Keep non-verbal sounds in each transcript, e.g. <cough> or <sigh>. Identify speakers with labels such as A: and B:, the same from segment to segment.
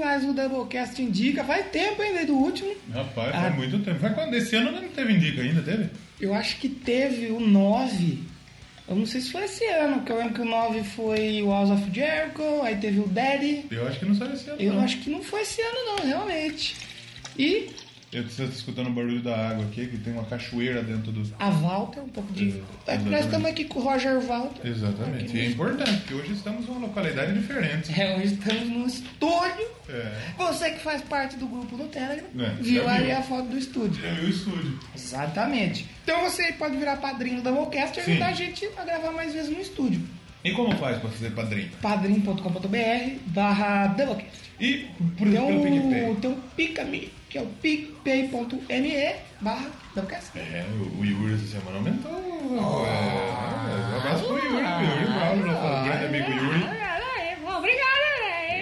A: mais o Doublecast Indica. Faz tempo ainda do último.
B: Rapaz,
A: Ah.
B: faz muito tempo. Foi quando? Esse ano não teve indica ainda, teve?
A: Eu acho que teve o 9. Eu não sei se foi esse ano, porque eu lembro que o 9 foi o House of Jericho, aí teve o Daddy.
B: Eu acho que não saiu esse ano.
A: Eu
B: não.
A: acho que não foi esse ano não, realmente. E
B: Eu estou escutando o barulho da água aqui, que tem uma cachoeira dentro do.
A: a Walter, um pouco de... É que nós
B: Exatamente.
A: estamos aqui com o Roger Walter.
B: Exatamente. E é importante, porque hoje estamos numa localidade diferente.
A: É, hoje estamos no estúdio.
B: É.
A: Você que faz parte do grupo no Telegram,
B: É,
A: viu
B: já
A: aí
B: viu.
A: a foto do estúdio.
B: É o estúdio.
A: Exatamente. Então você pode virar padrinho da Doublecast e
B: Sim.
A: ajudar a gente a gravar mais vezes no estúdio.
B: E como faz pra fazer padrinho?
A: padrim.com.br barra Doublecast.
B: E por
A: Tem
B: exemplo, pelo PicPay.
A: É o, tem o PicMe, que é o picpay.me barra Doublecast.
B: É, o o Yuri essa semana aumentou. é, um abraço pro Yuri,
A: Ah.
B: Yuri Brown, nosso grande amigo Yuri.
C: Obrigada!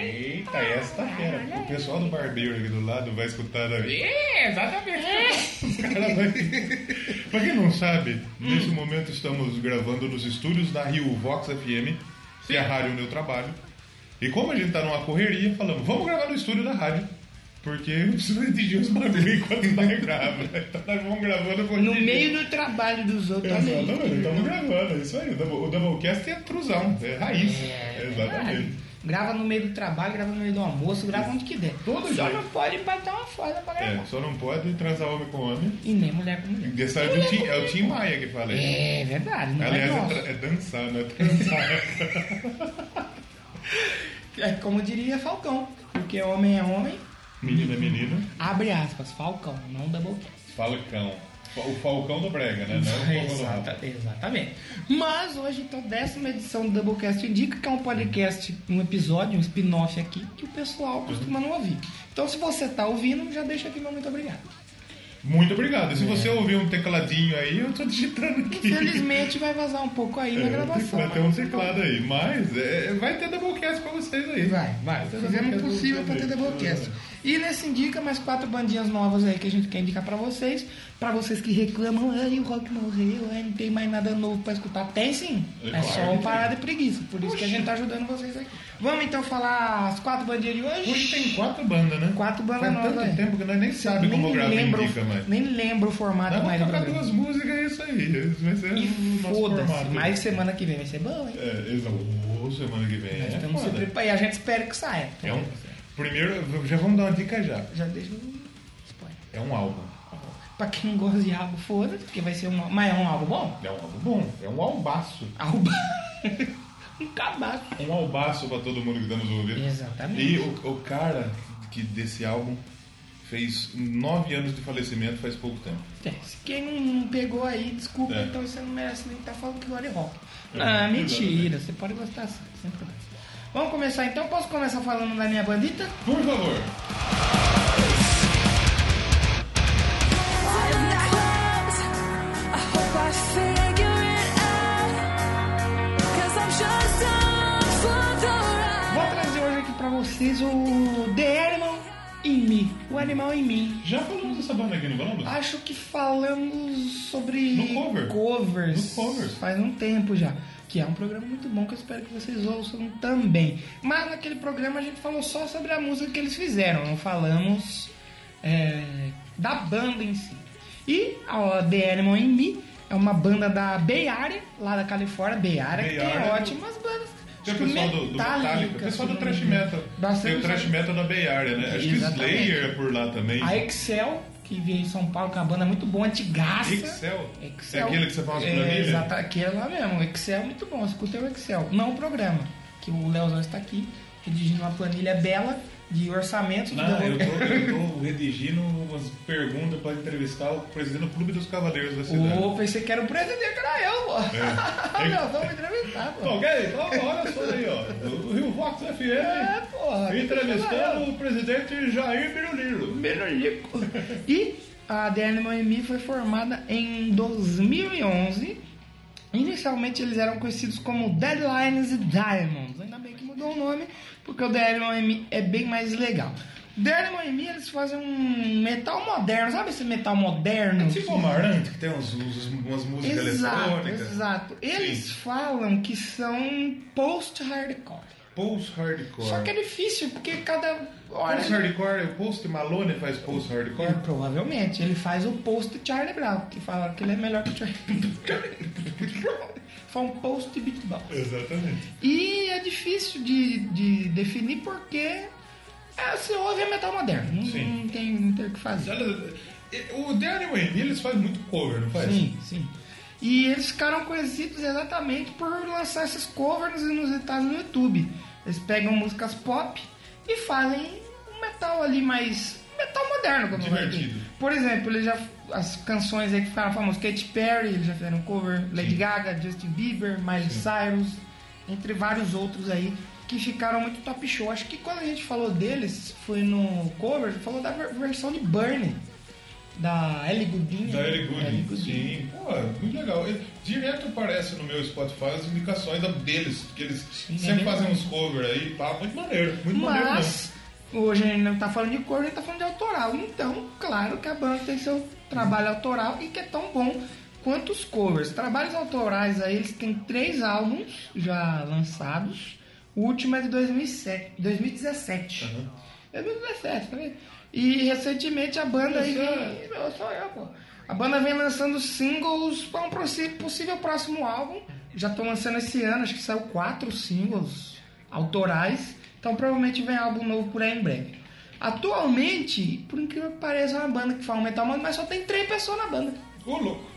B: Eita, essa tá fera. O pessoal do barbeiro aqui do lado vai escutar né? daí. Cara, vai- <laughs> pra quem não sabe, nesse momento estamos gravando nos estúdios da Rio Vox FM, que é a rádio onde eu trabalho. E como a gente tá numa correria, falamos, vamos gravar no estúdio da rádio. Porque não precisa exigir os barulhos enquanto nós grava. <laughs> Então nós vamos gravando por
A: É. No meio do trabalho dos outros também.
B: <laughs> Exatamente, estamos gravando, é isso aí. O Double- O Doublecast é trusão, é raiz. Exatamente.
A: Ah, Grava no meio do trabalho, grava no meio do almoço, grava onde que der.
B: Todo
A: Só
B: jeito.
A: não pode bater uma foda pra gravar.
B: É, só não pode transar homem com homem.
A: E nem mulher com mulher.
B: Dessa é, do Tim, é o Tim Maia que fala isso.
A: É verdade, não
B: Aliás,
A: é
B: é,
A: nosso.
B: tra- é dançar, não é
A: <laughs>
B: transar.
A: É como diria Falcão, porque homem é homem,
B: menina, menina.
A: abre aspas, Falcão, não Doublecast.
B: Falcão. Fa- O Falcão do Brega, né? Não é o Falcão do
A: Exata,
B: Rafa.
A: exatamente. Mas hoje, então, décima edição do Doublecast Indica, que é um podcast, um episódio, um spin-off aqui, que o pessoal costuma não ouvir. Então, se você tá ouvindo, já deixa aqui meu muito
B: <laughs>
A: obrigado.
B: Muito obrigado. E
A: É.
B: Se você ouvir um tecladinho aí, eu tô digitando aqui.
A: Infelizmente, vai vazar um pouco aí na
B: É,
A: gravação. então.
B: Vai ter um teclado aí, mas é, vai ter Doublecast pra vocês aí.
A: Vai, vai.
B: ter
A: Fizemos o
B: Doublecast
A: possível pra
B: vocês
A: ter
B: aí.
A: Doublecast. E nesse indica mais quatro bandinhas novas aí que a gente quer indicar pra vocês. Pra vocês que reclamam, ai, o rock morreu, ai, não tem mais nada novo pra escutar. Tem sim.
B: É
A: É
B: claro
A: só
B: que
A: uma
B: tem.
A: parada de preguiça. Por isso que a gente tá ajudando vocês aqui. Vamos então falar as quatro bandinhas de hoje?
B: Hoje tem quatro bandas, né?
A: Quatro bandas
B: Faz
A: novas,
B: tanto
A: é.
B: tempo que nós nem sabe como
A: nem
B: gravar
A: lembro,
B: indica, mas...
A: nem lembro o formato
B: Nós
A: mais
B: vamos
A: do
B: tocar
A: programa.
B: duas músicas e é isso aí. Esse vai ser
A: E
B: o nosso
A: foda-se,
B: formato.
A: mas semana que vem vai ser bom, hein?
B: É, exato. Ô, semana que vem
A: Nós
B: é
A: estamos
B: foda.
A: sempre pra- E a gente espera que saia.
B: É um... Primeiro, já vamos dar uma dica já.
A: Já deixa um spoiler.
B: É um álbum.
A: Pra quem não gosta de álbum, foda-se, porque vai ser um. Mas é um álbum bom?
B: É um álbum bom. É um albaço.
A: Álbum. <laughs> um cabaço.
B: Um albaço pra todo mundo que está nos ouvindo.
A: Exatamente.
B: E o, o cara que desse álbum fez nove anos de falecimento faz pouco tempo.
A: É, se quem não- não pegou aí, desculpa,
B: É.
A: então você não merece nem estar falando que gosta de rock.
B: É,
A: ah,
B: exatamente.
A: mentira, você pode gostar sim, sem problema. Vamos começar então, posso começar falando da minha bandita?
B: Por favor.
A: Vou trazer hoje aqui pra vocês o The Animal em mim. O animal em mim.
B: Já falamos dessa banda aqui, não falamos?
A: Acho que falamos sobre
B: No cover.
A: covers.
B: No covers.
A: Faz um tempo já. Que é um programa muito bom que eu espero que vocês ouçam também. Mas naquele programa a gente falou só sobre a música que eles fizeram, não falamos é, da banda em si. E a The Animal in Me é uma banda da Bay Area, lá da Califórnia. Bay Area, que
B: Bay
A: tem
B: Area.
A: ótimas bandas.
B: é Tem
A: Acho
B: o
A: que
B: pessoal do, do Metallica, o pessoal
A: se
B: do
A: não me
B: Thrash
A: engano.
B: Metal.
A: Bastante
B: Tem o Thrash Metal da Bay Area, né? Acho que
A: Exatamente.
B: Slayer é por lá também.
A: A Excel, que veio em São Paulo, que é uma banda muito boa, antigaça.
B: Excel?
A: Excel.
B: É aquele que você fala as
A: É,
B: planilhas?
A: exata, aquele lá mesmo. O Excel é muito bom, escuta o Excel. Não o programa, que o Leozão está aqui redigindo uma planilha bela de orçamento. de
B: Não, Ah, eu tô, eu tô redigindo umas perguntas pra entrevistar o presidente do Clube dos Cavaleiros da cidade.
A: Ô, pensei que era o presidente, que era eu, pô.
B: É.
A: <laughs> Leozão me entrevistar, pô.
B: Bom, Gary, olha só Então aí, ó. O Rio Vox
A: É,
B: FM
A: porra.
B: entrevistando o presidente Jair Biruliro.
A: Menolico. E a The Animal in Me foi formada em 2011. Inicialmente eles eram conhecidos como Deadlines e Diamonds. Ainda bem que mudou o nome, porque o The Animal in Me é bem mais legal. The Animal in Me eles fazem um metal moderno. Sabe esse metal moderno?
B: Tipo o Amarante, que tem uns, uns- umas músicas
A: Exato,
B: eletrônicas.
A: exato. Eles falam que são post-hardcore.
B: post-hardcore.
A: Só que é difícil, porque cada hora. é
B: Post-hardcore, o Post Malone faz post-hardcore?
A: Provavelmente, ele faz o post Charlie Brown, que falaram que ele é melhor que o Charlie Brown. <laughs> Foi um post beatball.
B: Exatamente.
A: E é difícil de, de definir porque é, você ouve metal moderno. Não,
B: Sim.
A: não tem, não tem o que fazer.
B: Olha, O The Animal Amy, eles fazem muito cover, não faz?
A: Sim, sim. E eles ficaram conhecidos exatamente por lançar esses covers inusitados no YouTube. Eles pegam músicas pop e fazem um metal ali mais. um metal moderno, como eu falei.
B: Divertido.
A: Por exemplo, eles já. As canções aí que ficaram famosas, Katy Perry, eles já fizeram um cover, Lady
B: Sim.
A: Gaga, Justin Bieber, Miley Cyrus, entre vários outros aí, que ficaram muito top show. Acho que quando a gente falou deles, foi no cover, falou da ver- versão de Burning, da Ellie Goulding.
B: Da Ellie
A: Ellie
B: Goulding. Sim, pô, é muito legal. E Direto aparece no meu Spotify as indicações da- deles, que eles sempre
A: é
B: fazem uns covers aí, pá, muito maneiro, muito maneiro né? mesmo.
A: Mas hoje a gente não tá falando de cor, a gente tá falando de autoral. Então, claro que a banda tem seu trabalho autoral e que é tão bom quanto os covers. Trabalhos autorais aí, eles têm três álbuns já lançados. O último é de 2007, 2017.
B: Aham.
A: 2017, tá vendo? E recentemente a banda aí.
B: Nossa.
A: Meu, sou eu, pô. A banda vem lançando singles para um possi- possível próximo álbum. Já estão lançando esse ano, acho que saiu quatro singles autorais. Então provavelmente vem álbum novo por aí em breve. Atualmente, por incrível que pareça, é uma banda que fala um metal, mas só tem três pessoas na banda.
B: Ô, louco.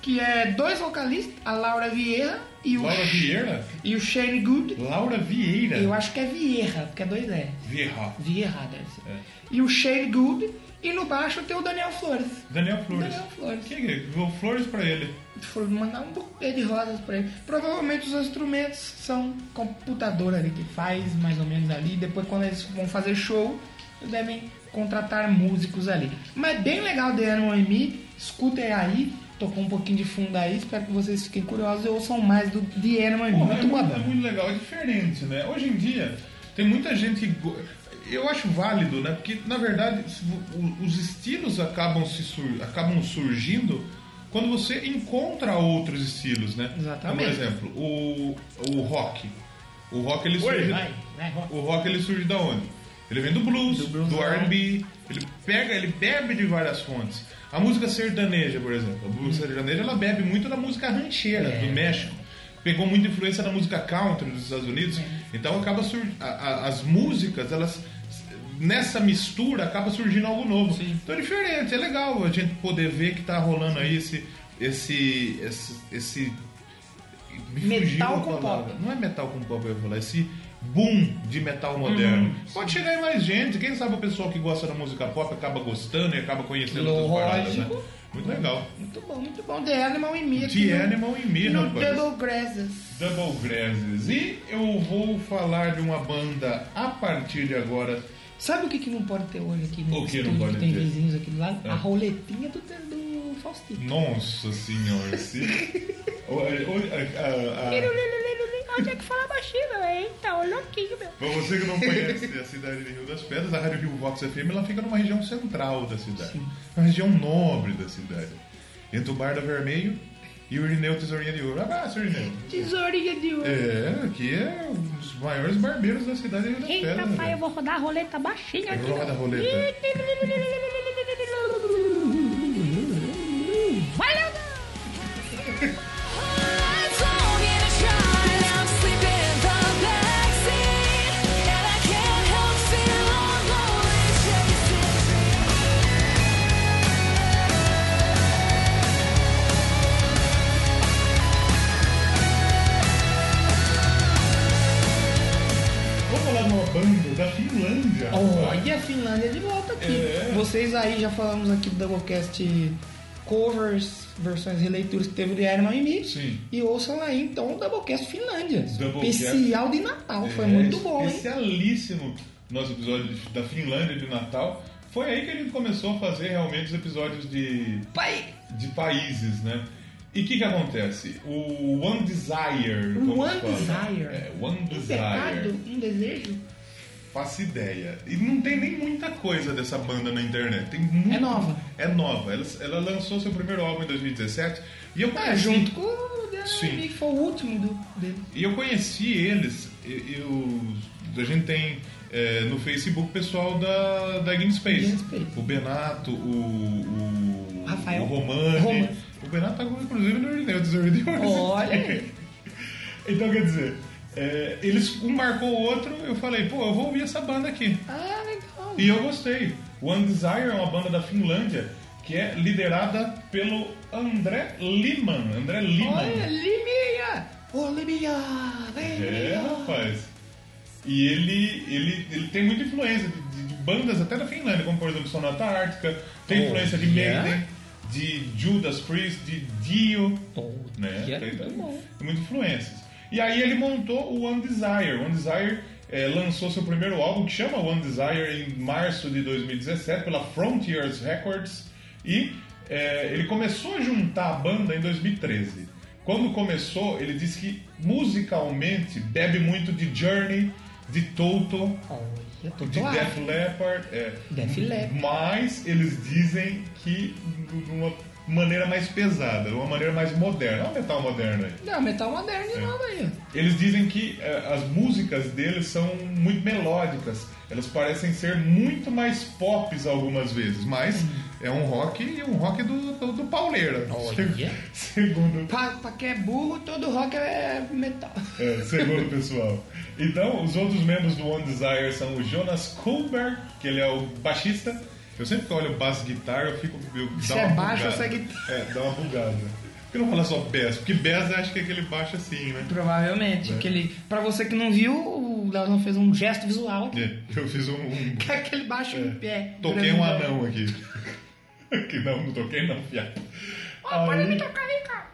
A: Que é dois vocalistas, a Laura Vieira e o,
B: Laura Vieira?
A: e o Shane Good.
B: Laura Vieira?
A: Eu acho que é Vieira, porque é dois L.
B: Vieira.
A: Vieira, deve ser.
B: É.
A: E o Shane Good. E no baixo tem o Daniel Flores.
B: Daniel Flores.
A: Daniel Flores.
B: Quem que é? Vou flores pra ele.
A: Foram mandar um buquê de rosas pra ele. Provavelmente os instrumentos são computador ali que faz, mais ou menos ali. Depois, quando eles vão fazer show, eles devem contratar músicos ali. Mas é bem legal The Animal and Me. Escutem aí. Tocou um pouquinho de fundo aí. Espero que vocês fiquem curiosos e ouçam mais do The Animal and Me.
B: Porra, é,
A: Muito boa
B: muito, é
A: banda.
B: muito legal, é diferente, né? Hoje em dia, tem muita gente que. go- Eu acho válido, né? Porque, na verdade, se vo- o- os estilos acabam, se sur- acabam surgindo quando você encontra outros estilos, né?
A: Exatamente.
B: Por exemplo, o, o rock. O rock ele surge.
A: Vai, vai, rock.
B: O rock ele surge da onde? Ele vem do blues,
A: Do
B: do,
A: blues, né?
B: R&B, ele pega, ele bebe de várias fontes. A música sertaneja, por exemplo, a música sertaneja ela bebe muito da música rancheira
A: Uhum. É.
B: do México. Pegou muita influência da música country dos Estados Unidos.
A: É.
B: Então acaba sur... a- a- as músicas, elas nessa mistura acaba surgindo algo novo. Então é diferente, é legal a gente poder ver que tá rolando aí esse esse esse, esse me
A: Metal
B: fugiu a
A: com
B: palavra.
A: pop.
B: Não é metal com pop, eu ia falar. Esse boom de metal moderno.
A: Uhum.
B: Pode chegar em mais gente. Quem sabe o pessoal que gosta da música pop acaba gostando e acaba conhecendo
A: Lógico.
B: outras paradas, né? Muito legal.
A: Muito bom, muito bom. The Animal and Me. aqui
B: The
A: no-
B: Animal e Me,
A: No
B: rapaz.
A: Double Grasses.
B: Double Grasses. E eu vou falar de uma banda a partir de agora.
A: Sabe o que, que não pode ter hoje aqui no
B: O que
A: estúdio
B: não pode
A: que tem
B: ter?
A: vizinhos aqui do lado?
B: É. Hum.
A: A roletinha do, do Faustino.
B: Nossa senhora. Se...
A: <laughs>
B: O- o- a- a- a-
C: Onde é que fala baixinho, meu? Eita, o louquinho, meu.
B: Pra você que
A: <laughs>
B: não conhece a cidade de Rio das Pedras, a Rádio Rio Vox FM ela fica numa região central da cidade. Uma região nobre da cidade. Entre o Bar da Vermelho e o Irineu Tesourinha de Ouro. Abraço, Irineu.
C: Tesourinha de ouro.
B: É, aqui é um dos maiores barbeiros da cidade de Rio das
C: Eita,
B: Pedras.
C: pai, eu
B: velho.
C: vou rodar a roleta baixinha aqui.
B: Roda a
C: meu.
B: roleta.
C: Vai, Leandro!
B: Vamos falar de uma banda da Finlândia. rapaz.
A: Olha a Finlândia de volta aqui.
B: É.
A: Vocês aí já falamos aqui do Doublecast covers, versões releituras que teve do Animal and Me.
B: Sim.
A: E ouçam aí então o Doublecast Finlândia.
B: Doublecast.
A: Especial de Natal. Foi
B: É,
A: muito bom, hein?
B: Especialíssimo nosso episódio de- da Finlândia de Natal. Foi aí que a gente começou a fazer realmente os episódios de
A: Pai,
B: de países, né? E o que, que acontece? O One Desire.
A: O
B: como
A: Um One
B: fala.
A: Desire.
B: É, One
A: um
B: Desire.
A: pecado, um desejo.
B: Faço ideia. E não tem nem muita coisa dessa banda na internet. Tem muito-
A: É nova.
B: É nova. Ela, ela lançou seu primeiro álbum em 2017. E eu
A: É,
B: conheci,
A: junto com né? o The Animal
B: Sim.
A: and Me, que foi o último do, dele.
B: E eu conheci eles. e- Eu, A gente tem é, no Facebook o pessoal da, da Game Space.
A: Game Space.
B: O Benato, o. o
A: Rafael.
B: O Romani.
A: Romani.
B: O Benato agora, inclusive, no Ordineu dos Ordineiros.
A: Olha aí.
B: <laughs> então, quer dizer, é, eles, um marcou o outro, eu falei, pô, eu vou ouvir essa banda aqui.
A: Ah, legal.
B: E eu gostei. One Desire é uma banda da Finlândia que é liderada pelo André Liman. André Liman.
A: Olha, Libia! Ô, Libia! Vem,
B: É,
A: Libia!
B: rapaz. E ele, ele, ele tem muita influência de, de bandas até da Finlândia, como por exemplo Sonata Ártica, tem
A: Oh,
B: influência de
A: yeah.
B: Maiden, de Judas Priest, de Dio,
A: Oh,
B: né?
A: yeah,
B: Tem-
A: muito bom.
B: tem muitas influências. E aí ele montou o One Desire. One Desire eh, lançou seu primeiro álbum que chama One Desire em março de 2017 pela Frontiers Records e eh, ele começou a juntar a banda em 2013. Quando começou, ele disse que musicalmente bebe muito de Journey, de Toto,
A: Olha, tô
B: de
A: lá.
B: Def Leppard, é.
A: Então, ah, Def Leppard.
B: Mas eles dizem que de uma maneira mais pesada, de uma maneira mais moderna. Olha o metal moderno aí.
A: Não, metal moderno
B: É.
A: de novo aí.
B: Eles dizem que eh, as músicas deles são muito melódicas. Elas parecem ser muito mais pops algumas vezes,
A: Hum.
B: mas é um rock um rock do, do, do pauleira.
A: Olha.
B: Segundo
A: Pra, pra quem é burro, todo rock é metal.
B: É, segundo o pessoal. Então, os outros membros do One Desire são o Jonas Kohlberg, que ele é o baixista. Eu sempre que eu olho baixo guitarra, eu fico. Eu
A: Se
B: dá uma
A: é baixo,
B: bugada.
A: essa guitarra.
B: É, dá uma bugada. Por que não falar só bass? Porque bass eu acho que é aquele baixo assim,
A: <laughs>
B: né?
A: Provavelmente. Aquele, pra você que não viu, o Leozão fez um gesto visual.
B: É, Eu fiz um. um-
A: Que é <laughs> aquele baixo em pé.
B: toquei um
A: grandão.
B: anão aqui. <laughs> que não, não toquei não, fiado.
C: Ó, pode
B: Aí-
C: me tocar aí, cara.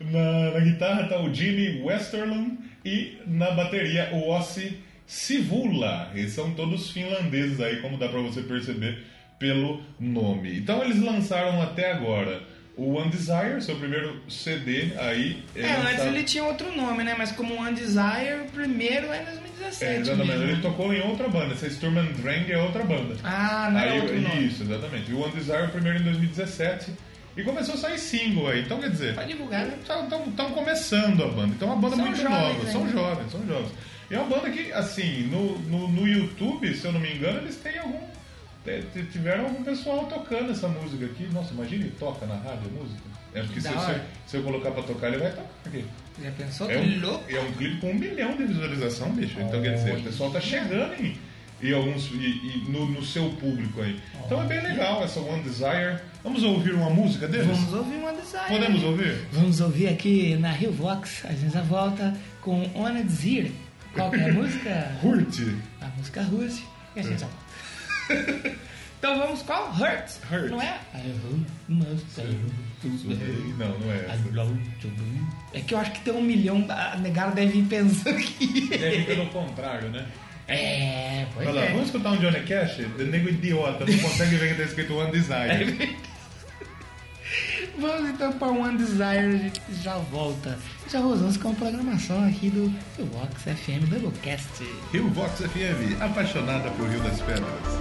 B: Na, na guitarra tá o Jimmy Westerlund e na bateria o Ossi Sivula. Eles são todos finlandeses aí, como dá pra você perceber pelo nome. Então eles lançaram até agora o One Desire, seu primeiro CD aí.
A: É, antes
B: lançado-
A: ele tinha outro nome, né? Mas como One Desire, o primeiro é em
B: É,
A: 2017.
B: exatamente.
A: mesmo.
B: Ele tocou em outra banda, essa Sturm and Drang é outra banda.
A: Ah, não era
B: Aí,
A: outro nome.
B: isso, exatamente. E o One Desire primeiro em 2017 e começou a sair single aí. Então quer dizer,
A: Pra divulgar, né?
B: Estão começando a banda. Então é uma banda
A: São
B: muito
A: jovens
B: nova. São
A: ainda.
B: jovens, são jovens. E é uma banda que, assim, no, no, no YouTube, se eu não me engano, eles têm algum. é, t- Tiveram algum pessoal tocando essa música aqui. Nossa, imagina ele toca na rádio a música. É porque se,
A: Da
B: eu- se eu-
A: hora.
B: se eu colocar pra tocar, ele vai tocar aqui.
A: Já pensou?
B: É
A: Que
B: um,
A: louco.
B: é um clipe com um milhão de visualização, bicho. Então quer dizer, o pessoal tá chegando em, em alguns, e, e no, no seu público aí. Então é bem legal essa One Desire. Vamos ouvir uma música deles?
A: Vamos ouvir One Desire.
B: Podemos ouvir?
A: Vamos ouvir aqui na Rio Vox. A gente já volta com One Desire. Qual que é a música?
B: Curte!
A: A música Russe. E a gente já volta. <laughs> Então vamos qual? Hurt.
B: Hurt.
A: Não é? I hope must I hope
B: Não, não é
A: I
B: essa.
A: love to be. É que eu acho que tem um milhão. A negada deve ir pensando que.
B: Deve pelo contrário, né?
A: É, pois
B: Olha lá,
A: é.
B: vamos escutar um Johnny Cash? De nego idiota, não consegue ver que tá escrito One
A: É.
B: Desire.
A: <laughs> Vamos então para One Desire, a gente já volta. Já voltamos com a programação aqui do Vox FM Doublecast.
B: Rio Vox FM, apaixonada por Rio das Pedras.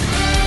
D: Thank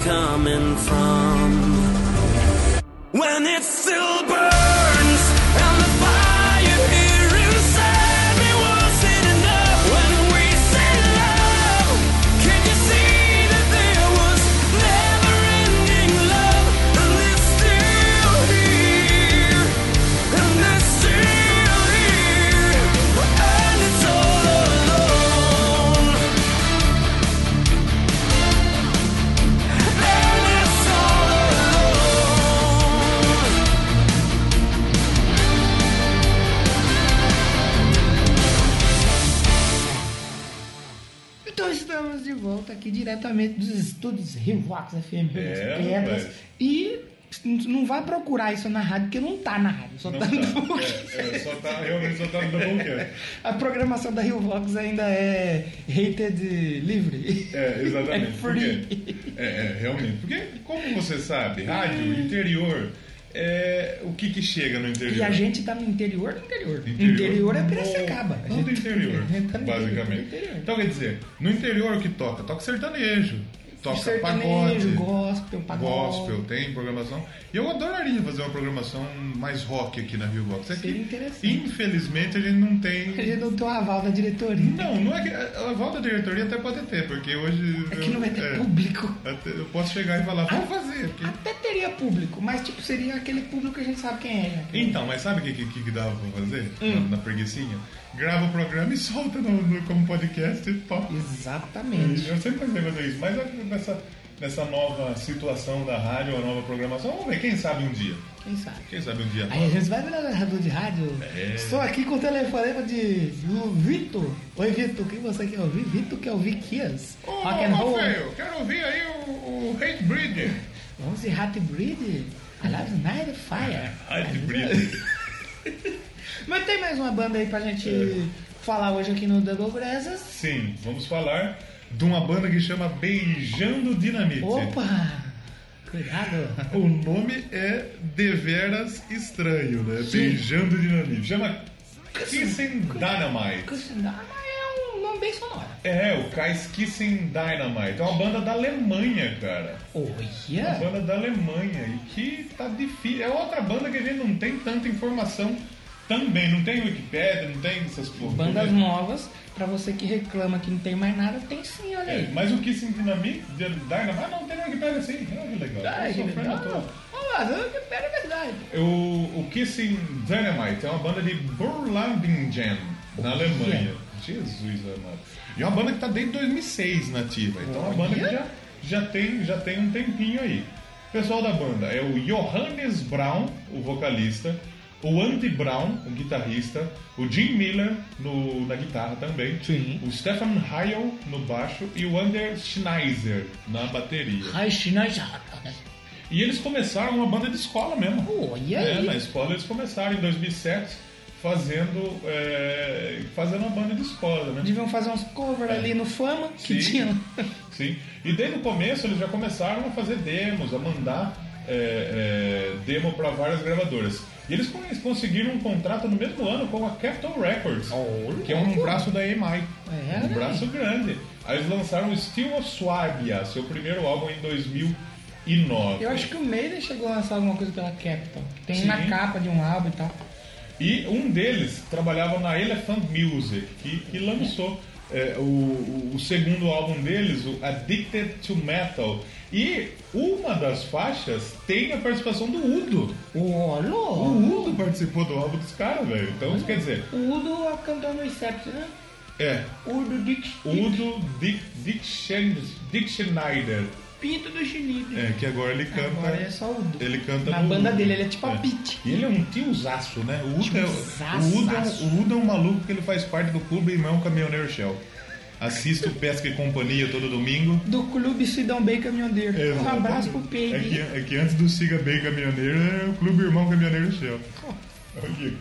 D: coming from. When it still burns and the fire here inside me wasn't enough. When we said love, can you see that there was never ending love? And it's still here, and it's still here, and it's all alone. And it's all alone.
A: Então estamos de volta aqui diretamente dos estúdios Rio Vox FM Rio das
B: É,
A: Pedras.
B: rapaz.
A: E n- não vai procurar isso na rádio, porque não tá na rádio, só
B: Não
A: tá
B: tá.
A: no Doublecast.
B: É, é, só tá, realmente só tá no Doublecast.
A: <laughs> A programação da Rio Vox ainda é rated livre.
B: É,
A: É
B: exatamente. Por quê?
A: free.
B: É, é, realmente. Porque, como você sabe, rádio, interior, é, o que que chega no interior?
A: E a gente tá no interior do interior.
B: né? Interior.
A: Interior é Piracicaba. A
B: Não
A: gente
B: do
A: <laughs>
B: interior,
A: tá no interior,
B: basicamente.
A: no interior.
B: Então, quer dizer, no interior o que toca? Toca sertanejo. Toca
A: Sertanejo,
B: pagode.
A: gospel, pagode.
B: Gospel, tem programação. E eu adoraria fazer uma programação mais rock aqui na Rio Box. É que,
A: Seria interessante.
B: Infelizmente a gente
A: <laughs>
B: não
A: A
B: tem.
A: gente não tem o aval da diretoria.
B: Não, não é que. A volta da diretoria até pode ter, porque hoje.
A: É que não vai ter
B: é,
A: público.
B: até Eu posso chegar e falar, vamos fazer. porque-
A: Até teria público, mas tipo, seria aquele público que a gente sabe quem é. né?
B: Então, mas sabe o que, que, que dava pra fazer?
A: Hum.
B: Na, na preguiçinha? Grava o programa e solta no, no- como podcast e toca.
A: Exatamente.
B: Eu sempre pensei em fazer isso, mas eu acredito nessa, nessa nova situação da rádio, a nova programação, vamos ver, quem sabe um dia.
A: Quem sabe?
B: Quem sabe um dia.
A: Aí a gente vai virar narrador de rádio.
B: É.
A: Estou aqui com o telefonema de do Vitor. Oi, Vitor, quem você quer ouvir? Vitor quer ouvir Kias.
B: Ô,
A: Rock and roll.
B: Rafael, quero ouvir aí o, o Hate Breed.
A: Vamos de Hat Breed. I love Night Fire.
B: Hate Breed.
A: Mas tem mais uma banda aí pra gente falar hoje aqui no Double Brasas.
B: É. Sim, vamos falar de uma banda que chama Beijando Dinamite.
A: Opa! Cuidado.
B: O nome é deveras estranho, né? Beijando Dinamite. Chama Kissing Dynamite.
A: Cushinar é um nome bem sonoro.
B: É, o Kais Kissing Dynamite. É uma banda da Alemanha, cara. É Uma
A: Olha!
B: banda da Alemanha. E que tá difícil. É outra banda que a gente não tem tanta informação também. Não tem Wikipedia, não tem essas porra.
A: Bandas
B: né?
A: novas, pra você que reclama que não tem mais nada, tem sim, olha
B: É,
A: aí.
B: mas o Kissing Dynamite, Dynamite, ah, não tem no Wikipedia sim. Ah, que legal.
A: Ah,
B: Eu
A: que
B: sou fã
A: legal.
B: da toa.
A: Ah, mas eu- pera, é verdade.
B: O, o Kissing Dynamite é uma banda de Burlambingen, na Alemanha. Jesus amado. E é uma banda que tá desde 2006 nativa. Então é uma banda que já, já, tem, já tem um tempinho aí. O pessoal da banda é o Johannes Brown, o vocalista, o Andy Brown, o guitarrista, o Jim Miller no, na guitarra também,
A: Sim.
B: o Stefan Heil no baixo e o Ander Schneiser na bateria.
A: Ai, China é né? já.
B: E eles começaram uma banda de escola mesmo.
A: Olha
B: É,
A: aí.
B: na escola eles começaram em 2007 fazendo, é, fazendo uma banda de escola, né?
A: Deviam fazer uns covers ali no Fama, que
B: É. Sim.
A: tinha.
B: <laughs> Sim. E desde o começo eles já começaram a fazer demos, a mandar é, é, demo para várias gravadoras. E eles con- eles conseguiram um contrato no mesmo ano com a Capitol Records, que é um braço da EMI.
A: É,
B: um
A: né?
B: braço grande. Aí eles lançaram o Steel of Swabia, seu primeiro álbum em 2009.
A: Eu acho que o Maiden chegou a lançar alguma coisa pela Capitol. Tem
B: Sim.
A: na capa de um álbum e tal.
B: E um deles trabalhava na Elephant Music, que, que lançou é, o, o- o segundo álbum deles, o Addicted to Metal. E uma das faixas tem a participação do Udo. O
A: Olô!
B: Udo participou do álbum dos caras, velho. Então, quer dizer,
A: O Udo é o cantor do Incept, né?
B: é.
A: Udo Dick
B: Udo Dick, Dick, Schen- Dick Schneider,
A: Pinto do Chilibre.
B: é, que agora ele canta.
A: Agora é só o Udo.
B: Ele canta
A: Na
B: no
A: banda
B: Udo.
A: dele, ele é tipo a Pete.
B: E ele é um tiozaço, né? O Udo, é,
A: Tiozaço.
B: o, Udo é um- o Udo é um maluco que ele faz parte do clube Irmão um Caminhoneiro Shell. Assista o <laughs> Pesca e Companhia todo domingo.
A: Do clube Sidão Bay Caminhoneiro. Um
B: É, Exatamente.
A: abraço pro Pedro.
B: É que, é que antes do Siga Bem Caminhoneiro, é o Clube Irmão Caminhoneiro Shell. Olha aqui.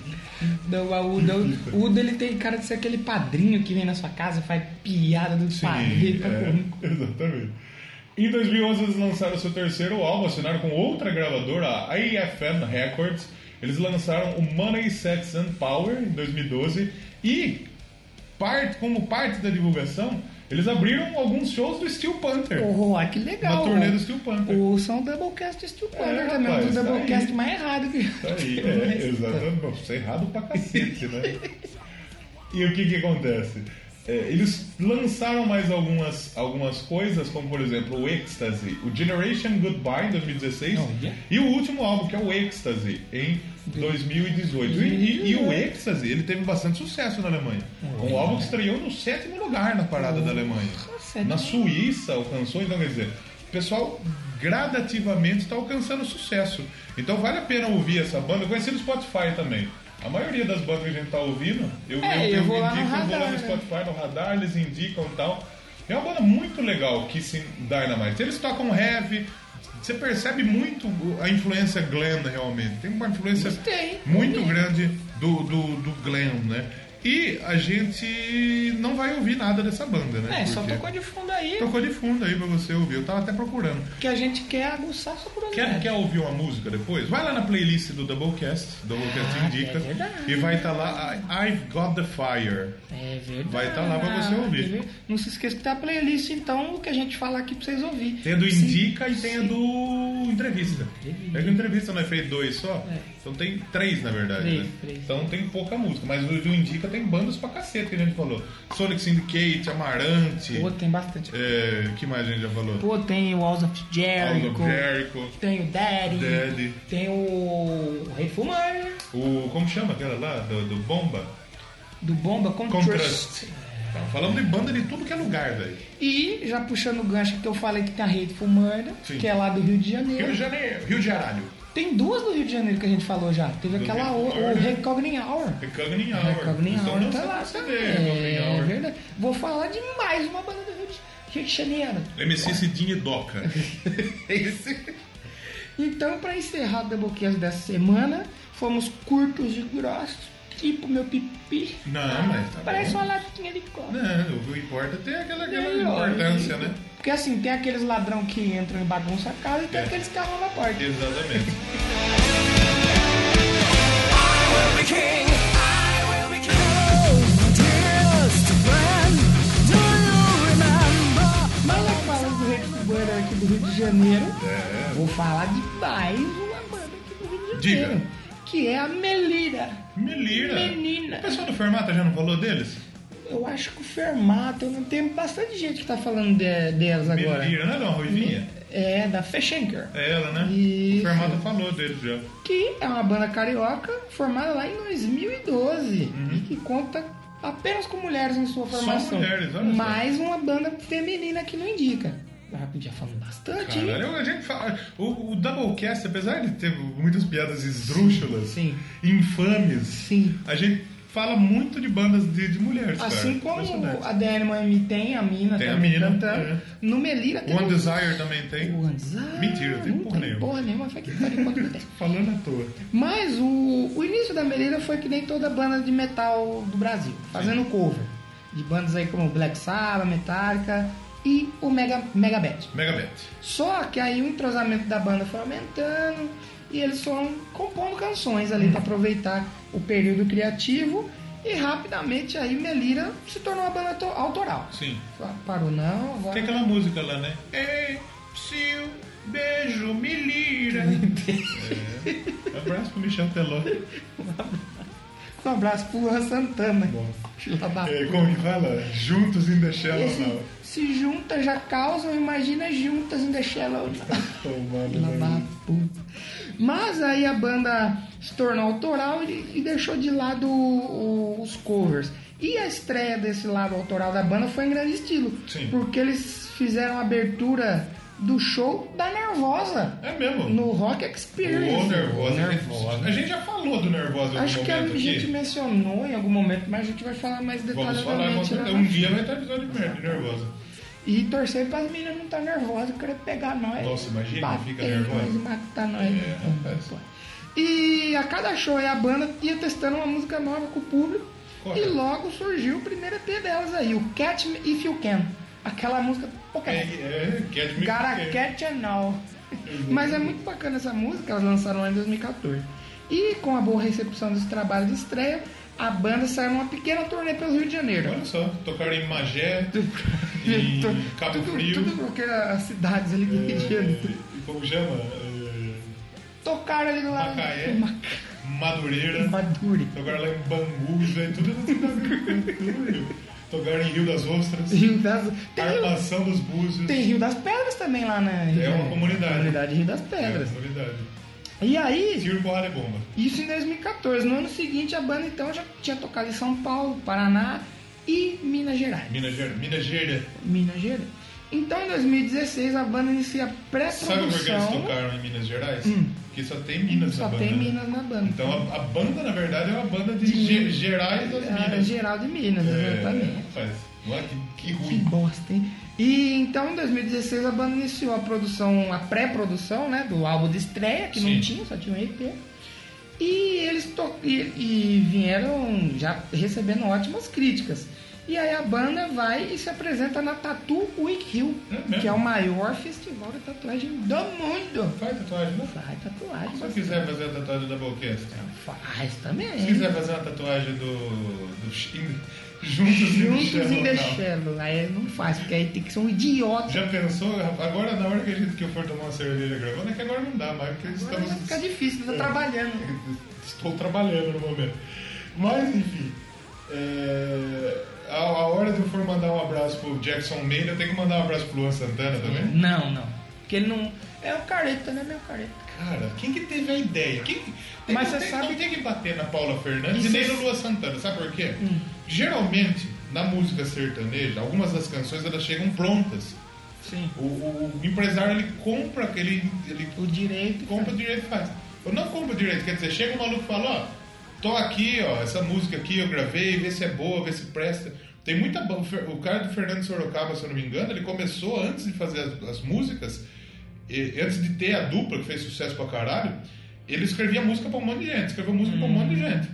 A: Não, a Uda, o
B: Uhum.
A: Uda ele tem cara de ser aquele padrinho que vem na sua casa, faz piada do
B: Sim,
A: padrinho. tá bom.
B: é, <laughs> exatamente. Em 2011 eles lançaram seu terceiro álbum, assinaram com outra gravadora, a AFM Records. Eles lançaram o Money, Sex and Power em 2012 e parte, como parte da divulgação, eles abriram alguns shows do Steel Panther.
A: Oh, que legal.
B: Uma turnê do Steel Panther.
A: Ouçam o Doublecast Steel Panther também, um
B: rapaz,
A: dos
B: tá
A: Doublecast
B: aí.
A: mais errado que
B: Tá
A: <laughs>
B: aí, é, exatamente. Bom, Isso é errado pra cacete, né? E o que que acontece? É, eles lançaram mais algumas, algumas coisas, como por exemplo o Ecstasy, o Generation Goodbye em 2016
A: Olha.
B: e o último álbum que é o Ecstasy em 2018. E, e- e o Ecstasy ele teve bastante sucesso na Alemanha. Um álbum que estreou no sétimo lugar na parada da Alemanha.
A: sétimo
B: Na Suíça alcançou, então quer dizer, o pessoal gradativamente está alcançando sucesso. Então vale a pena ouvir essa banda, eu conheci no Spotify também. A maioria das bandas que a gente tá ouvindo, eu, um
A: É, eu vou lá no
B: indico, eu vou lá no
A: radar, né?
B: Spotify, no radar, eles indicam e tal. É uma banda muito legal, Kissing Dynamite. Eles tocam heavy, você percebe muito a influência glam realmente. Tem uma influência
A: Gostei.
B: muito grande do, do, do glam, né? E a gente não vai ouvir nada dessa banda, né?
A: É, só
B: Porque-
A: tocou de fundo aí,
B: Tocou de fundo aí pra você ouvir. Eu tava até procurando.
A: que a gente quer aguçar sua
B: Quer,
A: curiosidade.
B: quer ouvir uma música depois? Vai lá na playlist do Doublecast, Doublecast Indica,
A: Ah, é verdade.
B: e vai estar lá I- I've Got the Fire.
A: É verdade. É
B: Vai tá lá pra você ouvir.
A: Ah, Não se esqueça que tem a playlist, então, o que a gente falar aqui pra vocês ouvirem.
B: Tem a do
A: Sim.
B: Indica e tem a do Entrevista. É que entrevista não é feito dois só?
A: É.
B: Então tem três, na verdade.
A: Três,
B: né?
A: três.
B: Então tem pouca música, mas o do Indica tem bandas pra cacete que a gente falou. Sonic Syndicate, Amarante.
A: Pô, tem bastante.
B: É, que mais a gente já falou?
A: Pô, tem o Walls of
B: House
A: Jericho.
B: of Jericho.
A: Tem o Daddy.
B: Daddy.
A: Tem o Refumar.
B: O. Como chama aquela lá? Do, do Bomba?
A: Do Bomba Contrast.
B: Contrast. Tá, falamos de banda de tudo que é lugar, velho.
A: E, já puxando o gancho que eu falei que tem a Hateful Murder,
B: Sim.
A: que é lá do Rio de Janeiro.
B: Rio de Janeiro, Rio de Janeiro.
A: Tem duas do Rio de Janeiro que a gente falou já. Teve
B: Do
A: aquela,
B: Rio
A: o,
B: de
A: o
B: Janeiro.
A: Recognin Hour.
B: Recognin Hour.
A: Recognin
B: Estão
A: Hour tá
B: lançando
A: lá
B: um CD,
A: também.
B: Recognin
A: É
B: Hour.
A: verdade. Vou falar de mais uma banda do Rio de, Rio de Janeiro.
B: MC Cidinho e Doca. Esse.
A: Então, pra encerrar o Doublecast dessa semana, fomos curtos e grossos, tipo meu pipi.
B: Não, mas tá
C: Parece
B: bom.
C: uma latinha de coca.
B: Não, o que importa é ter aquela, aquela
A: Melhor.
B: importância, né?
A: Porque assim, tem aqueles ladrão que entram em bagunça a casa e tem
B: É.
A: aqueles que arrombam a porta.
B: Exatamente.
A: Mas já que falamos do Red Bull Banner aqui do Rio de Janeiro,
B: É.
A: vou falar de mais uma banda aqui do Rio de Janeiro.
B: Diga.
A: Que é a Melira.
B: Melira.
A: Menina.
B: O pessoal do Fermata já não falou deles?
A: Eu acho que o Fermato, não tem bastante gente que tá falando de- delas agora.
B: Melira, não é não, Ruivinha?
A: É, da Fechenker.
B: É ela, né?
A: Isso.
B: O Fermata falou deles já.
A: Que é uma banda carioca formada lá em 2012
B: Uhum.
A: e que conta apenas com mulheres em sua formação.
B: mulheres, olha só.
A: Mais uma banda feminina que não indica. Ah, Já falando bastante. hein?
B: Caralho, é a gente fala. O, o Doublecast, apesar de ter muitas piadas esdrúxulas,
A: Sim.
B: infames,
A: Sim.
B: a gente fala muito de bandas de, de mulheres. cara.
A: Assim como
B: Impressionante.
A: a DN Miami tem a mina
B: Tem a
A: também
B: mina,
A: cantando,
B: é.
A: no Melira tem
B: One
A: o-
B: Desire também
A: o
B: tem.
A: One Desire.
B: Mentira, tem
A: não
B: porra nenhuma.
A: Porra nenhuma, foi que pariu, quanto
B: <laughs>
A: tem.
B: Falando à toa.
A: Mas o, o início da Melira foi que nem toda banda de metal do Brasil, fazendo cover de bandas aí como Black Sabbath, Metallica e o Mega, Megadeth.
B: Megabeth.
A: Só que aí o entrosamento da banda foi aumentando e eles foram compondo canções ali pra aproveitar o período criativo e rapidamente aí Melira se tornou uma banda to- autoral.
B: Sim.
A: Ah, Parou não, agora.
B: Tem aquela música lá, né? Ei, psiu, beijo,
A: <laughs>
B: me lira. É. Abraço pro Michel Teló.
A: Um abraço pro Juan Santana.
B: Bom.
A: Filha da
B: É,
A: puta.
B: como que fala? Juntos in the Shallow
A: Ah. Esse
B: Now.
A: se junta já causam, imagina juntas em The Shallow Now.
B: Tomando
A: Filha da
B: banho.
A: puta. Mas aí a banda se tornou autoral e, e deixou de lado o- o- os covers. E a estreia desse lado autoral da banda foi em grande estilo.
B: Sim.
A: Porque eles fizeram a abertura do show da Nervosa.
B: É mesmo?
A: No Rock
B: O
A: Experience.
B: nervosa.
A: Nervosa.
B: A gente já falou do nervosa em algum
A: Acho que a
B: momento
A: gente tá
B: aqui.
A: mencionou em algum momento, mas a gente vai falar mais
B: Vamos falar, vamos
A: detalhadamente. lá
B: falar.
A: na
B: um dia vai ter episódio de merda, de nervosa.
A: E torcer pras meninas não tá nervosas, querer pegar nós.
B: Nossa, imagina,
A: bater
B: fica
A: em
B: nervosa.
A: nós e matar nós.
B: É, rapaz.
A: E a cada show aí a banda ia testando uma música nova com o público.
B: Correto.
A: E logo surgiu o primeiro EP delas aí, o Catch Me If You Can. Aquela música. Pô,
B: É,
A: cara,
B: é, Get Me
A: Gotta
B: Get.
A: Catch and All. Mas é muito bacana essa música, elas lançaram lá em 2014. E com a boa recepção desse trabalho de estreia, a banda saiu numa pequena turnê pelo Rio de Janeiro.
B: Olha só, tocaram em Magé,
A: <laughs> Em
B: em Cabo É.
A: tudo,
B: Frio. eh,
A: Tudo porque as cidades ali do Rio de Janeiro.
B: como chama? É,
A: Tocaram ali do lado.
B: Macaé.
A: Macaé.
B: Madureira,
A: Madure.
B: tocaram lá em Bangu, velho, tudo nessa cidade. Tocaram em Rio das Ostras,
A: Rio das... Tem Rio,
B: Armação dos Búzios.
A: tem Rio das Pedras também lá, né?
B: É uma comunidade.
A: Comunidade Rio das
B: É,
A: Pedras.
B: novidade.
A: E aí,
B: Tiro, porrada e bomba.
A: isso em 2014. No ano seguinte, a banda então já tinha tocado em São Paulo, Paraná e Minas Gerais.
B: Minas Gerais. Minas Gerais.
A: Minas Gerais. Então, em 2016, a banda inicia a
B: Sabe por que
A: pré-produção.
B: eles tocaram em Minas Gerais?
A: Hum.
B: Porque só tem Minas
A: Só
B: na
A: tem
B: banda.
A: Minas na banda.
B: Então a, a banda, na verdade, é uma banda de,
A: De-
B: Ge- Gerais das
A: Ah,
B: Então, Minas.
A: geral de Minas,
B: É,
A: exatamente.
B: rapaz, olha que, que
A: Que
B: ruim.
A: bosta, hein? E então em 2016 a banda iniciou a produção, a pré-produção, né, do álbum de estreia, que
B: Sim.
A: não tinha, só tinha um EP. E eles to- e, e vieram já recebendo ótimas críticas. E aí a banda vai e se apresenta na Tattoo Week Hill,
B: É mesmo?
A: que é o maior festival de tatuagem do mundo.
B: Faz tatuagem, né?
A: Vai tatuagem,
B: Se você quiser fazer a tatuagem da Doublecast,
A: faz também.
B: assim? se quiser fazer uma tatuagem do. do Shin- Juntos in the
A: Juntos
B: Shallow
A: em The
B: Now.
A: Shallow, aí não faz, porque aí tem que ser um idiota.
B: Já pensou? Agora, na hora que a gente que eu for tomar uma cerveja gravando, é que agora não dá mais, porque
A: Agora
B: estamos.
A: vai ficar difícil,
B: É.
A: tá trabalhando.
B: <laughs> Estou trabalhando no momento. Mas, enfim. é, A, a hora de eu for mandar um abraço pro Jackson Maine, eu tenho que mandar um abraço pro Luan Santana também.
A: Não, não. Porque ele não. É o careta, né, meu careta?
B: Cara, quem que teve a ideia? Quem... tem-
A: Mas
B: não
A: você
B: tem,
A: sabe-
B: Não tem que bater na Paula Fernandes e
A: Isso
B: nem
A: é- Hum.
B: no Luan Santana, sabe por quê? Geralmente, na música sertaneja, algumas das canções elas chegam prontas.
A: Sim.
B: O, o- o empresário ele compra aquele. Ele
A: O direito.
B: compra direito e faz. Eu não compro direito, quer dizer, chega o maluco e fala, ó, tô aqui, ó, essa música aqui eu gravei, vê se é boa, vê se presta. Tem muita ba- o Fer- O cara do Fernando Sorocaba, se eu não me engano, ele começou antes de fazer as, as músicas, e- antes de ter a dupla que fez sucesso pra caralho, ele escrevia música pra um monte de gente, escreveu música pra um monte de
A: Hum.
B: gente.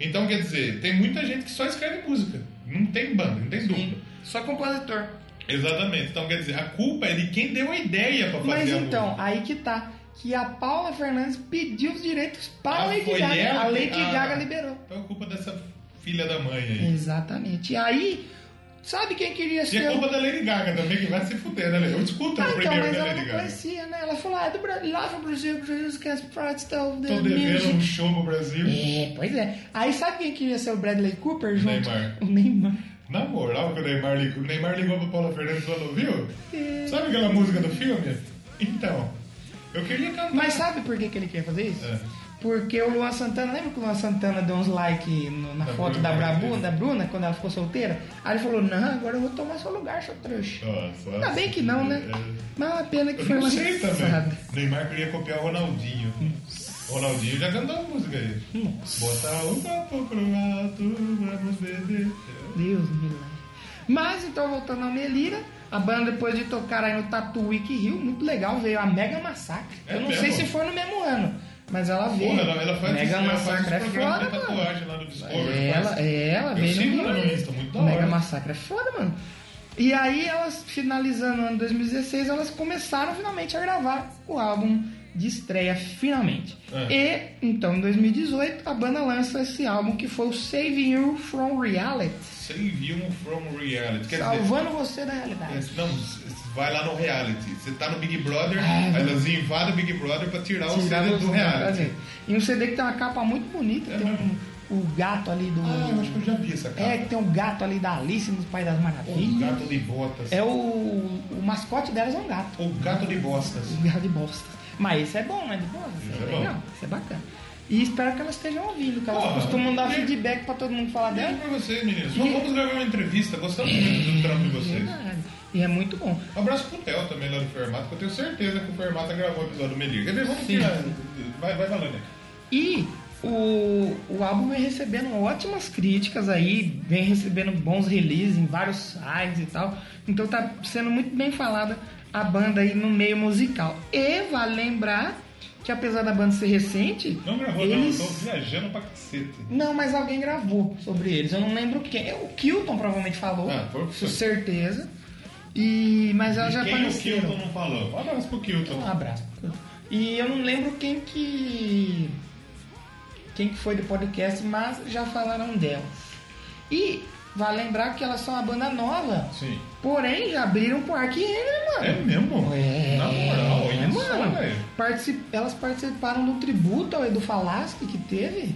B: Então, quer dizer, tem muita gente que só escreve música. Não tem banda, não tem dupla.
A: Só compositor.
B: Exatamente. Então, quer dizer, a culpa é de quem deu a ideia pra fazer
A: Mas
B: a
A: então,
B: música.
A: aí que tá. Que a Paula Fernandes pediu os direitos para
B: Ah,
A: a Lady
B: foi
A: Gaga.
B: ela
A: A
B: que-
A: Lady
B: ah.
A: Gaga liberou. Então-
B: Então, é culpa dessa filha da mãe aí.
A: Exatamente. E aí, sabe quem queria
B: E
A: ser.
B: é
A: o-
B: culpa da Lady Gaga também, que vai se fuder, né? Lady? Eu discuto
A: Ah, então,
B: primeiro
A: mas
B: da
A: ela não
B: Lady Gaga.
A: conhecia, né? Ela falou, ah, é do Brasil, lá pro Brasil, Jesus Christ, Pride, Stone,
B: Tô
A: the
B: devendo
A: Music.
B: um show pro Brasil.
A: É, pois é. Aí sabe quem queria ser o Bradley Cooper junto?
B: Neymar.
A: O Neymar.
B: Na moral, que o Neymar ligou, o Neymar ligou pro Paula Fernandes e falou, viu?
A: É.
B: Sabe aquela música do filme? Então, eu queria cantar.
A: Mas sabe por que, que ele quer fazer isso?
B: É.
A: Porque o Luan Santana, lembra que o Luan Santana deu uns like no- na
B: Da
A: foto
B: Bruna né?
A: da, Brabu,
B: Marquezine.
A: da Bruna, quando ela ficou solteira? Aí ele falou, não, agora eu vou tomar seu lugar, seu trouxa.
B: Nossa,
A: Ainda bem que não, né?
B: Ah, É.
A: Mas é uma pena que
B: Eu
A: foi
B: não
A: uma
B: sei
A: risada.
B: também. Neymar queria copiar o Ronaldinho. Ronaldinho já cantou a música aí. Bota o copo pro alto, vamos beber.
A: Deus me livre. Mas então, voltando ao Melira, a banda depois de tocar aí no Tatu Week Rio, muito legal, veio a Mega Massacre.
B: É
A: eu não
B: mesmo?
A: sei se foi no mesmo ano, mas ela veio.
B: Porra, ela, ela faz
A: Mega
B: esse- ela faz
A: Massacre é
B: esse programa de
A: foda, mano.
B: tatuagem lá no Discovery.
A: É,
B: faz-
A: Ela, é, ela
B: Eu
A: veio
B: sigo
A: no
B: ela no
A: Rio.
B: Insta, muito da
A: O Mega
B: hora.
A: Massacre é foda, mano. E aí elas, finalizando o ano 2016, elas começaram finalmente a gravar o álbum de estreia, finalmente.
B: É.
A: E, então, em 2018, a banda lança esse álbum que foi o Saving You From Reality.
B: Save you from reality. Quer
A: salvando você da
B: dizer,
A: realidade.
B: é, não, vai lá no reality. Você tá no Big Brother,
A: Ah,
B: elas invadem o Big Brother pra tirar, o
A: Tirar
B: CD é, do
A: você da
B: reality.
A: realidade. E um CD que tem uma capa muito bonita,
B: É
A: tem
B: mesmo?
A: um- o gato ali do...
B: Ah, eu acho que eu já vi essa capa.
A: é, que tem um gato ali da Alice no Pai das
B: o
A: Maravilhas.
B: gato de botas.
A: É o, o mascote delas é um gato.
B: O gato de bostas.
A: Um gato de bosta. Mas isso é bom, né? De bosta. Isso
B: Isso
A: é
B: é bom.
A: legal. Isso é bacana. E espero que elas estejam ouvindo, que elas
B: Porra,
A: costumam dar
B: e-
A: feedback pra todo mundo falar
B: Beijo
A: dela.
B: pra vocês, meninos. Vamos vamos gravar uma entrevista. Gostamos muito do trampo de vocês.
A: Verdade. E é muito bom.
B: Um abraço pro Theo também lá do Fermata, que eu tenho certeza que o Fermata gravou o episódio do Melir. Quer ver? Vamos
A: Sim.
B: tirar. Vai, vai falando aí.
A: E o, o álbum vem recebendo ótimas críticas aí, vem recebendo bons releases em vários sites e tal. Então tá sendo muito bem falada a banda aí no meio musical. E vale lembrar que apesar da banda ser recente,
B: Não gravou,
A: eles...
B: não. Tô viajando pra cacete.
A: Não, mas alguém gravou sobre eles. Eu não lembro quem. É O Kilton provavelmente falou.
B: Ah, foi o que
A: com
B: foi.
A: certeza. E mas ela
B: E
A: já
B: quem é o
A: apareceram. Ah.
B: Kilton não falou? Um abraço pro Kilton.
A: Um abraço. E eu não lembro quem que quem que foi do podcast, mas já falaram dela. E vai lembrar que elas são uma banda nova.
B: Sim.
A: Porém, já abriram um pro Ark Enemy, mano.
B: É mesmo?
A: É,
B: Na moral, olha
A: é,
B: só,
A: mano.
B: velho.
A: Particip- Elas participaram do tributo ao Edu Falaschi que teve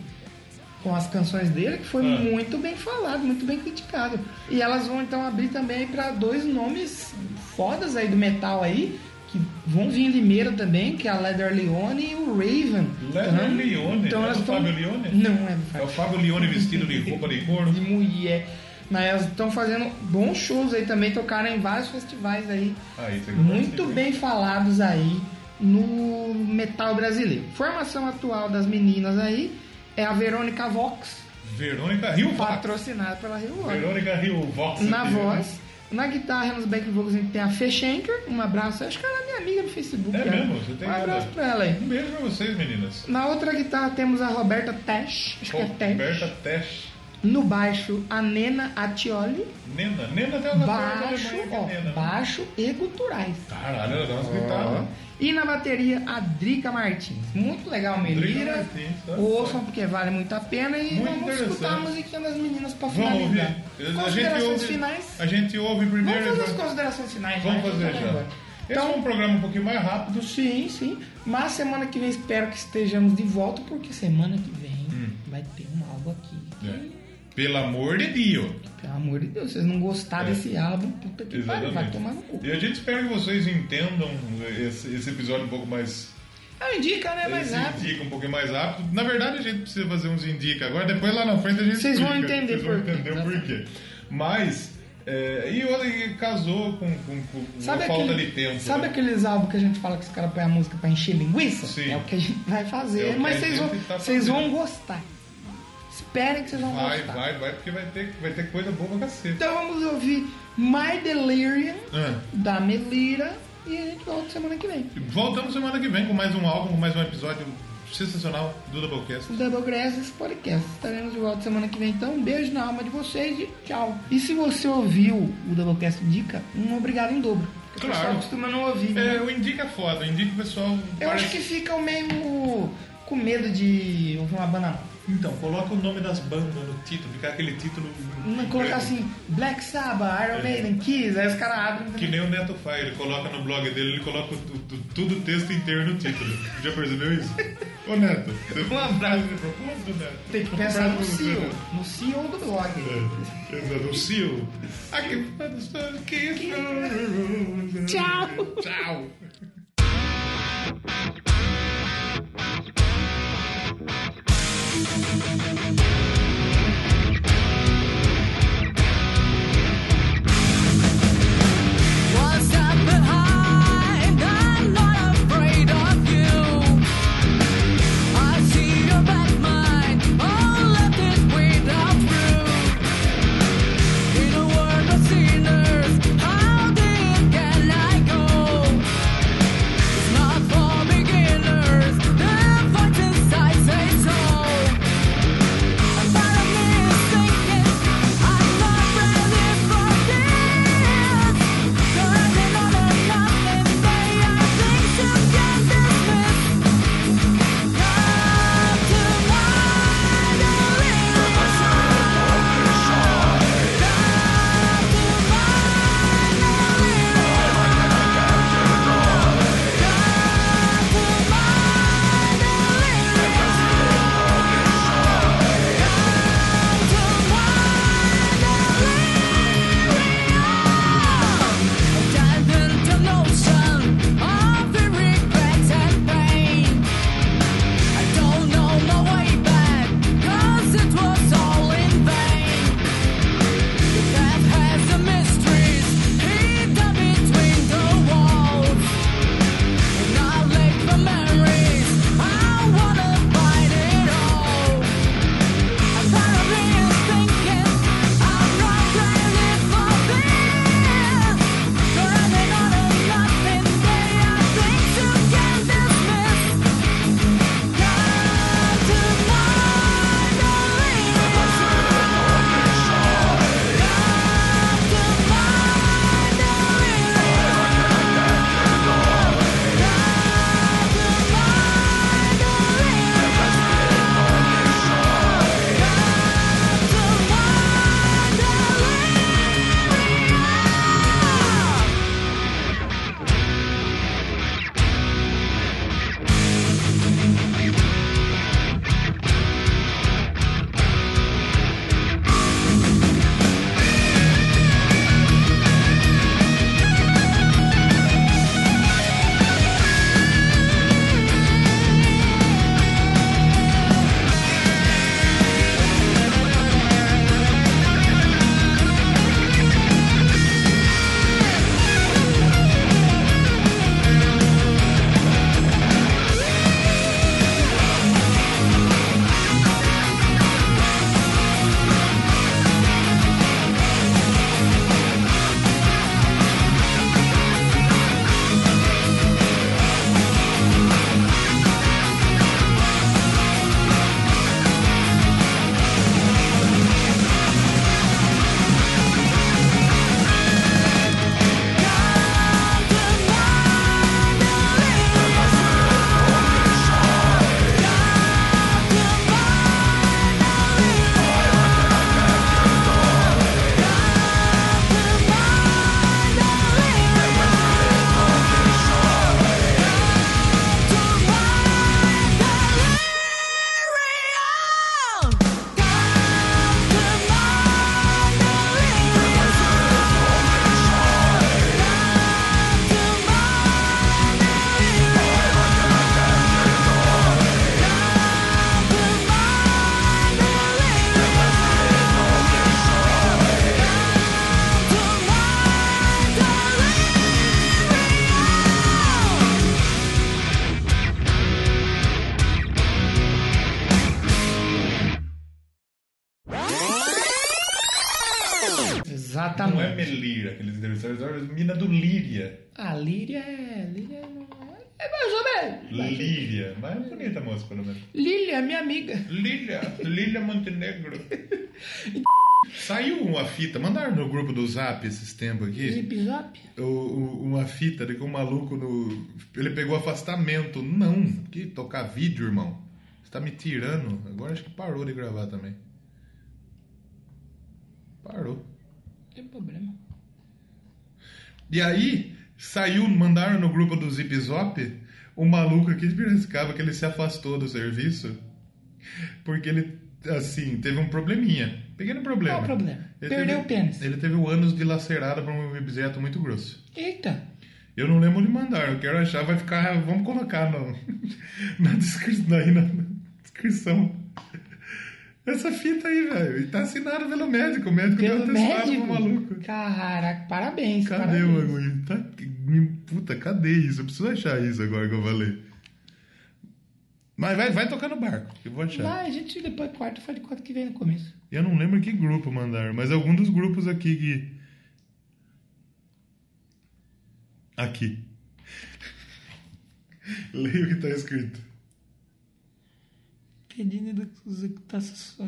A: com as canções dele, que foi
B: Ah.
A: muito bem falado, muito bem criticado. E elas vão então abrir também para dois nomes fodas aí do metal aí, que vão vir em Limeira também, que é a Leather Leone e o Raven.
B: Leather
A: Então-
B: Leone?
A: Então
B: É
A: elas
B: do
A: tão-
B: Fábio Leone?
A: Não, é do
B: É
A: Fábio
B: o Fábio Leone vestido de roupa de couro.
A: de mulher. Mas elas estão fazendo bons shows aí também, tocaram em vários festivais aí.
B: Aí, tem que
A: Muito
B: participar.
A: bem falados aí no metal brasileiro. Formação atual das meninas aí é a Verônica Vox,
B: Verônica Rio Vox.
A: patrocinada pela Rio Rock.
B: Verônica Rio Vox.
A: Na
B: aqui, né?
A: voz. Na guitarra, nos back vocals, a gente tem a Fê Schenker. Um abraço. Acho que ela é minha amiga no Facebook.
B: É
A: ela.
B: mesmo? Você tem
A: um abraço
B: ela?
A: pra ela aí.
B: Um beijo pra vocês, meninas.
A: Na outra guitarra temos a Roberta Tesh. Acho que é Tesh.
B: Roberta Tesh.
A: No baixo, a Nena Atioli.
B: Nena. Nena tem uma
A: Baixo,
B: coisa da Alemanha que é Nena.
A: ó, baixo e guturais.
B: Caralho, ela dá umas gritadas.
A: E na bateria, a Drica Martins. Muito legal,
B: Drica
A: Melira.
B: Martins, tá
A: Ouçam, porque vale muito a pena. E
B: Muito
A: vamos escutar a
B: interessante.
A: musiquinha das meninas pra
B: Vamos ouvir.
A: finalizar.
B: A
A: Considerações
B: gente ouve,
A: finais.
B: A gente ouve
A: Vamos
B: primeiro.
A: fazer as
B: já-
A: considerações finais.
B: Vamos
A: né?
B: fazer já.
A: Agora.
B: Esse foi
A: Então,
B: um programa um pouquinho mais rápido.
A: sim, sim. Mas semana que vem espero que estejamos de volta, porque semana que vem vai ter um álbum aqui.
B: Hum. É. Pelo amor de Deus.
A: Pelo amor de Deus, vocês não gostaram
B: É.
A: desse álbum, puta que pariu, vai tomar no cu.
B: E a gente espera que vocês entendam esse, esse episódio um pouco mais.
A: Eu indica, né? Mais
B: esse
A: rápido.
B: Indica um pouquinho mais rápido. Na verdade, a gente precisa fazer uns indica agora. Depois lá na frente a gente
A: Vocês vão
B: explica.
A: entender
B: Vocês vão
A: por quê. Tá
B: entender o porquê. Mas. é, e olha que casou com, com, com
A: Sabe
B: uma falta
A: aquele-
B: de tempo.
A: Sabe
B: né?
A: aqueles álbuns que a gente fala que os caras põem a música pra encher linguiça?
B: Sim.
A: É o que a gente vai
B: É o
A: fazer,
B: que
A: mas
B: a
A: vocês
B: gente
A: vão,
B: tá
A: vocês vão
B: fazendo.
A: gostar. Esperem que vocês vão
B: Vai,
A: gostar.
B: vai, vai, porque vai ter, vai ter coisa boa pra cacete.
A: Então vamos ouvir My Delirium
B: Ah,
A: da Melira e a gente volta semana que vem.
B: voltamos semana que vem com mais um álbum, com mais um episódio sensacional do Doublecast.
A: O Double Grass esse podcast. Estaremos de volta semana que vem. Então, um beijo na alma de vocês e tchau. E se você ouviu o Doublecast Dica, um obrigado em dobro. Porque
B: Claro.
A: O pessoal costuma não ouvir. né?
B: É, o Indica é foda, o Indica o pessoal.
A: Eu
B: parece-
A: acho que ficam meio com medo de ouvir uma banana.
B: Então, coloca o nome das bandas no título, ficar aquele título.
A: Não colocar assim, Black Sabbath, Iron Maiden, Kiss, aí os caras abrem.
B: É. Que nem o Neto Fire, ele coloca no blog dele, ele coloca o- o- tudo o texto inteiro no título. Já percebeu isso? Ô Neto,
A: Um abraço.
B: de propósito, Neto?
A: Tem que
B: Um
A: pensar no
B: <laughs> abraço pra você,
A: CEO,
B: Neto.
A: no CEO do blog.
B: É, Exato, o CEO. Aqui, que
C: Tchau.
B: Tchau.
E: What's up behind? I'm not afraid of you. I see your bad mind. Oh, let this wind out through. In a world of sinners, how deep can I go?
B: é
A: é?
B: que eles entrevistaram, mina do Líria.
A: A Líria é. Líria não é. É mais ou menos.
B: Líria. Mas é bonita a moça, pelo menos.
A: Lília, minha amiga.
B: Lilia,
A: <laughs>
B: Lilia Montenegro. Saiu uma fita, mandaram no grupo do Zap esses tempos aqui,
A: Zip Zop.
B: o- o- uma fita de que um maluco no. Ele pegou afastamento. Não, que tocar vídeo, irmão. Você tá me tirando. Agora acho que parou de gravar também. Parou.
A: Não tem problema.
B: E aí, saiu, mandaram no grupo do Zip Zop um maluco aqui de Piracicaba que ele se afastou do serviço porque ele, assim, teve um probleminha. Pequeno problema.
A: Qual o problema?
B: Ele
A: Perdeu
B: teve-
A: o pênis.
B: Ele teve o ânus dilacerado por um objeto muito grosso.
A: Eita.
B: Eu não lembro onde mandaram, eu quero achar, vai ficar. Vamos colocar no, <laughs> na, descrição, aí na, na descrição. Essa fita aí, velho. E tá assinado pelo médico. O médico
A: Pelo
B: deu atestado
A: médico.
B: pro um maluco.
A: Caraca, parabéns.
B: Cadê
A: parabéns.
B: o bagulho? Tá... me- Puta, cadê isso? Eu preciso achar isso agora que eu falei. Mas vai, vai tocar no barco, que eu vou achar.
A: Vai, a gente depois quarta fala de quanto que vem no começo.
B: Eu não lembro que grupo mandaram, mas algum dos grupos aqui que. Aqui. <laughs> Leia o que tá escrito.
A: Pedindo das executações. tá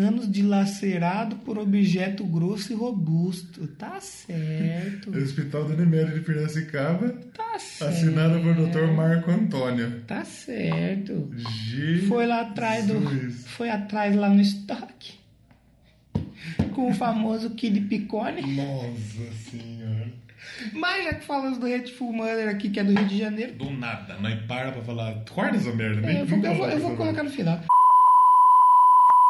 A: Anos dilacerado por objeto grosso e robusto. Tá
B: <laughs>
A: certo.
B: É Hospital do Unimed de Piracicaba,
A: Tá certo.
B: assinado por
A: É.
B: Dr. Marco Antônio.
A: Tá certo.
B: G.
A: Foi lá atrás do. Foi atrás lá no estoque. Com o famoso Kid Picone.
B: Nossa senhora.
A: Mas já que falamos do Redful Mother aqui, que é do Rio de Janeiro.
B: Do nada, nós para pra falar. Guarda essa merda,
A: é,
B: nem
A: eu vou,
B: nunca
A: eu vou-
B: fala
A: eu vou
B: sobre
A: colocar no final.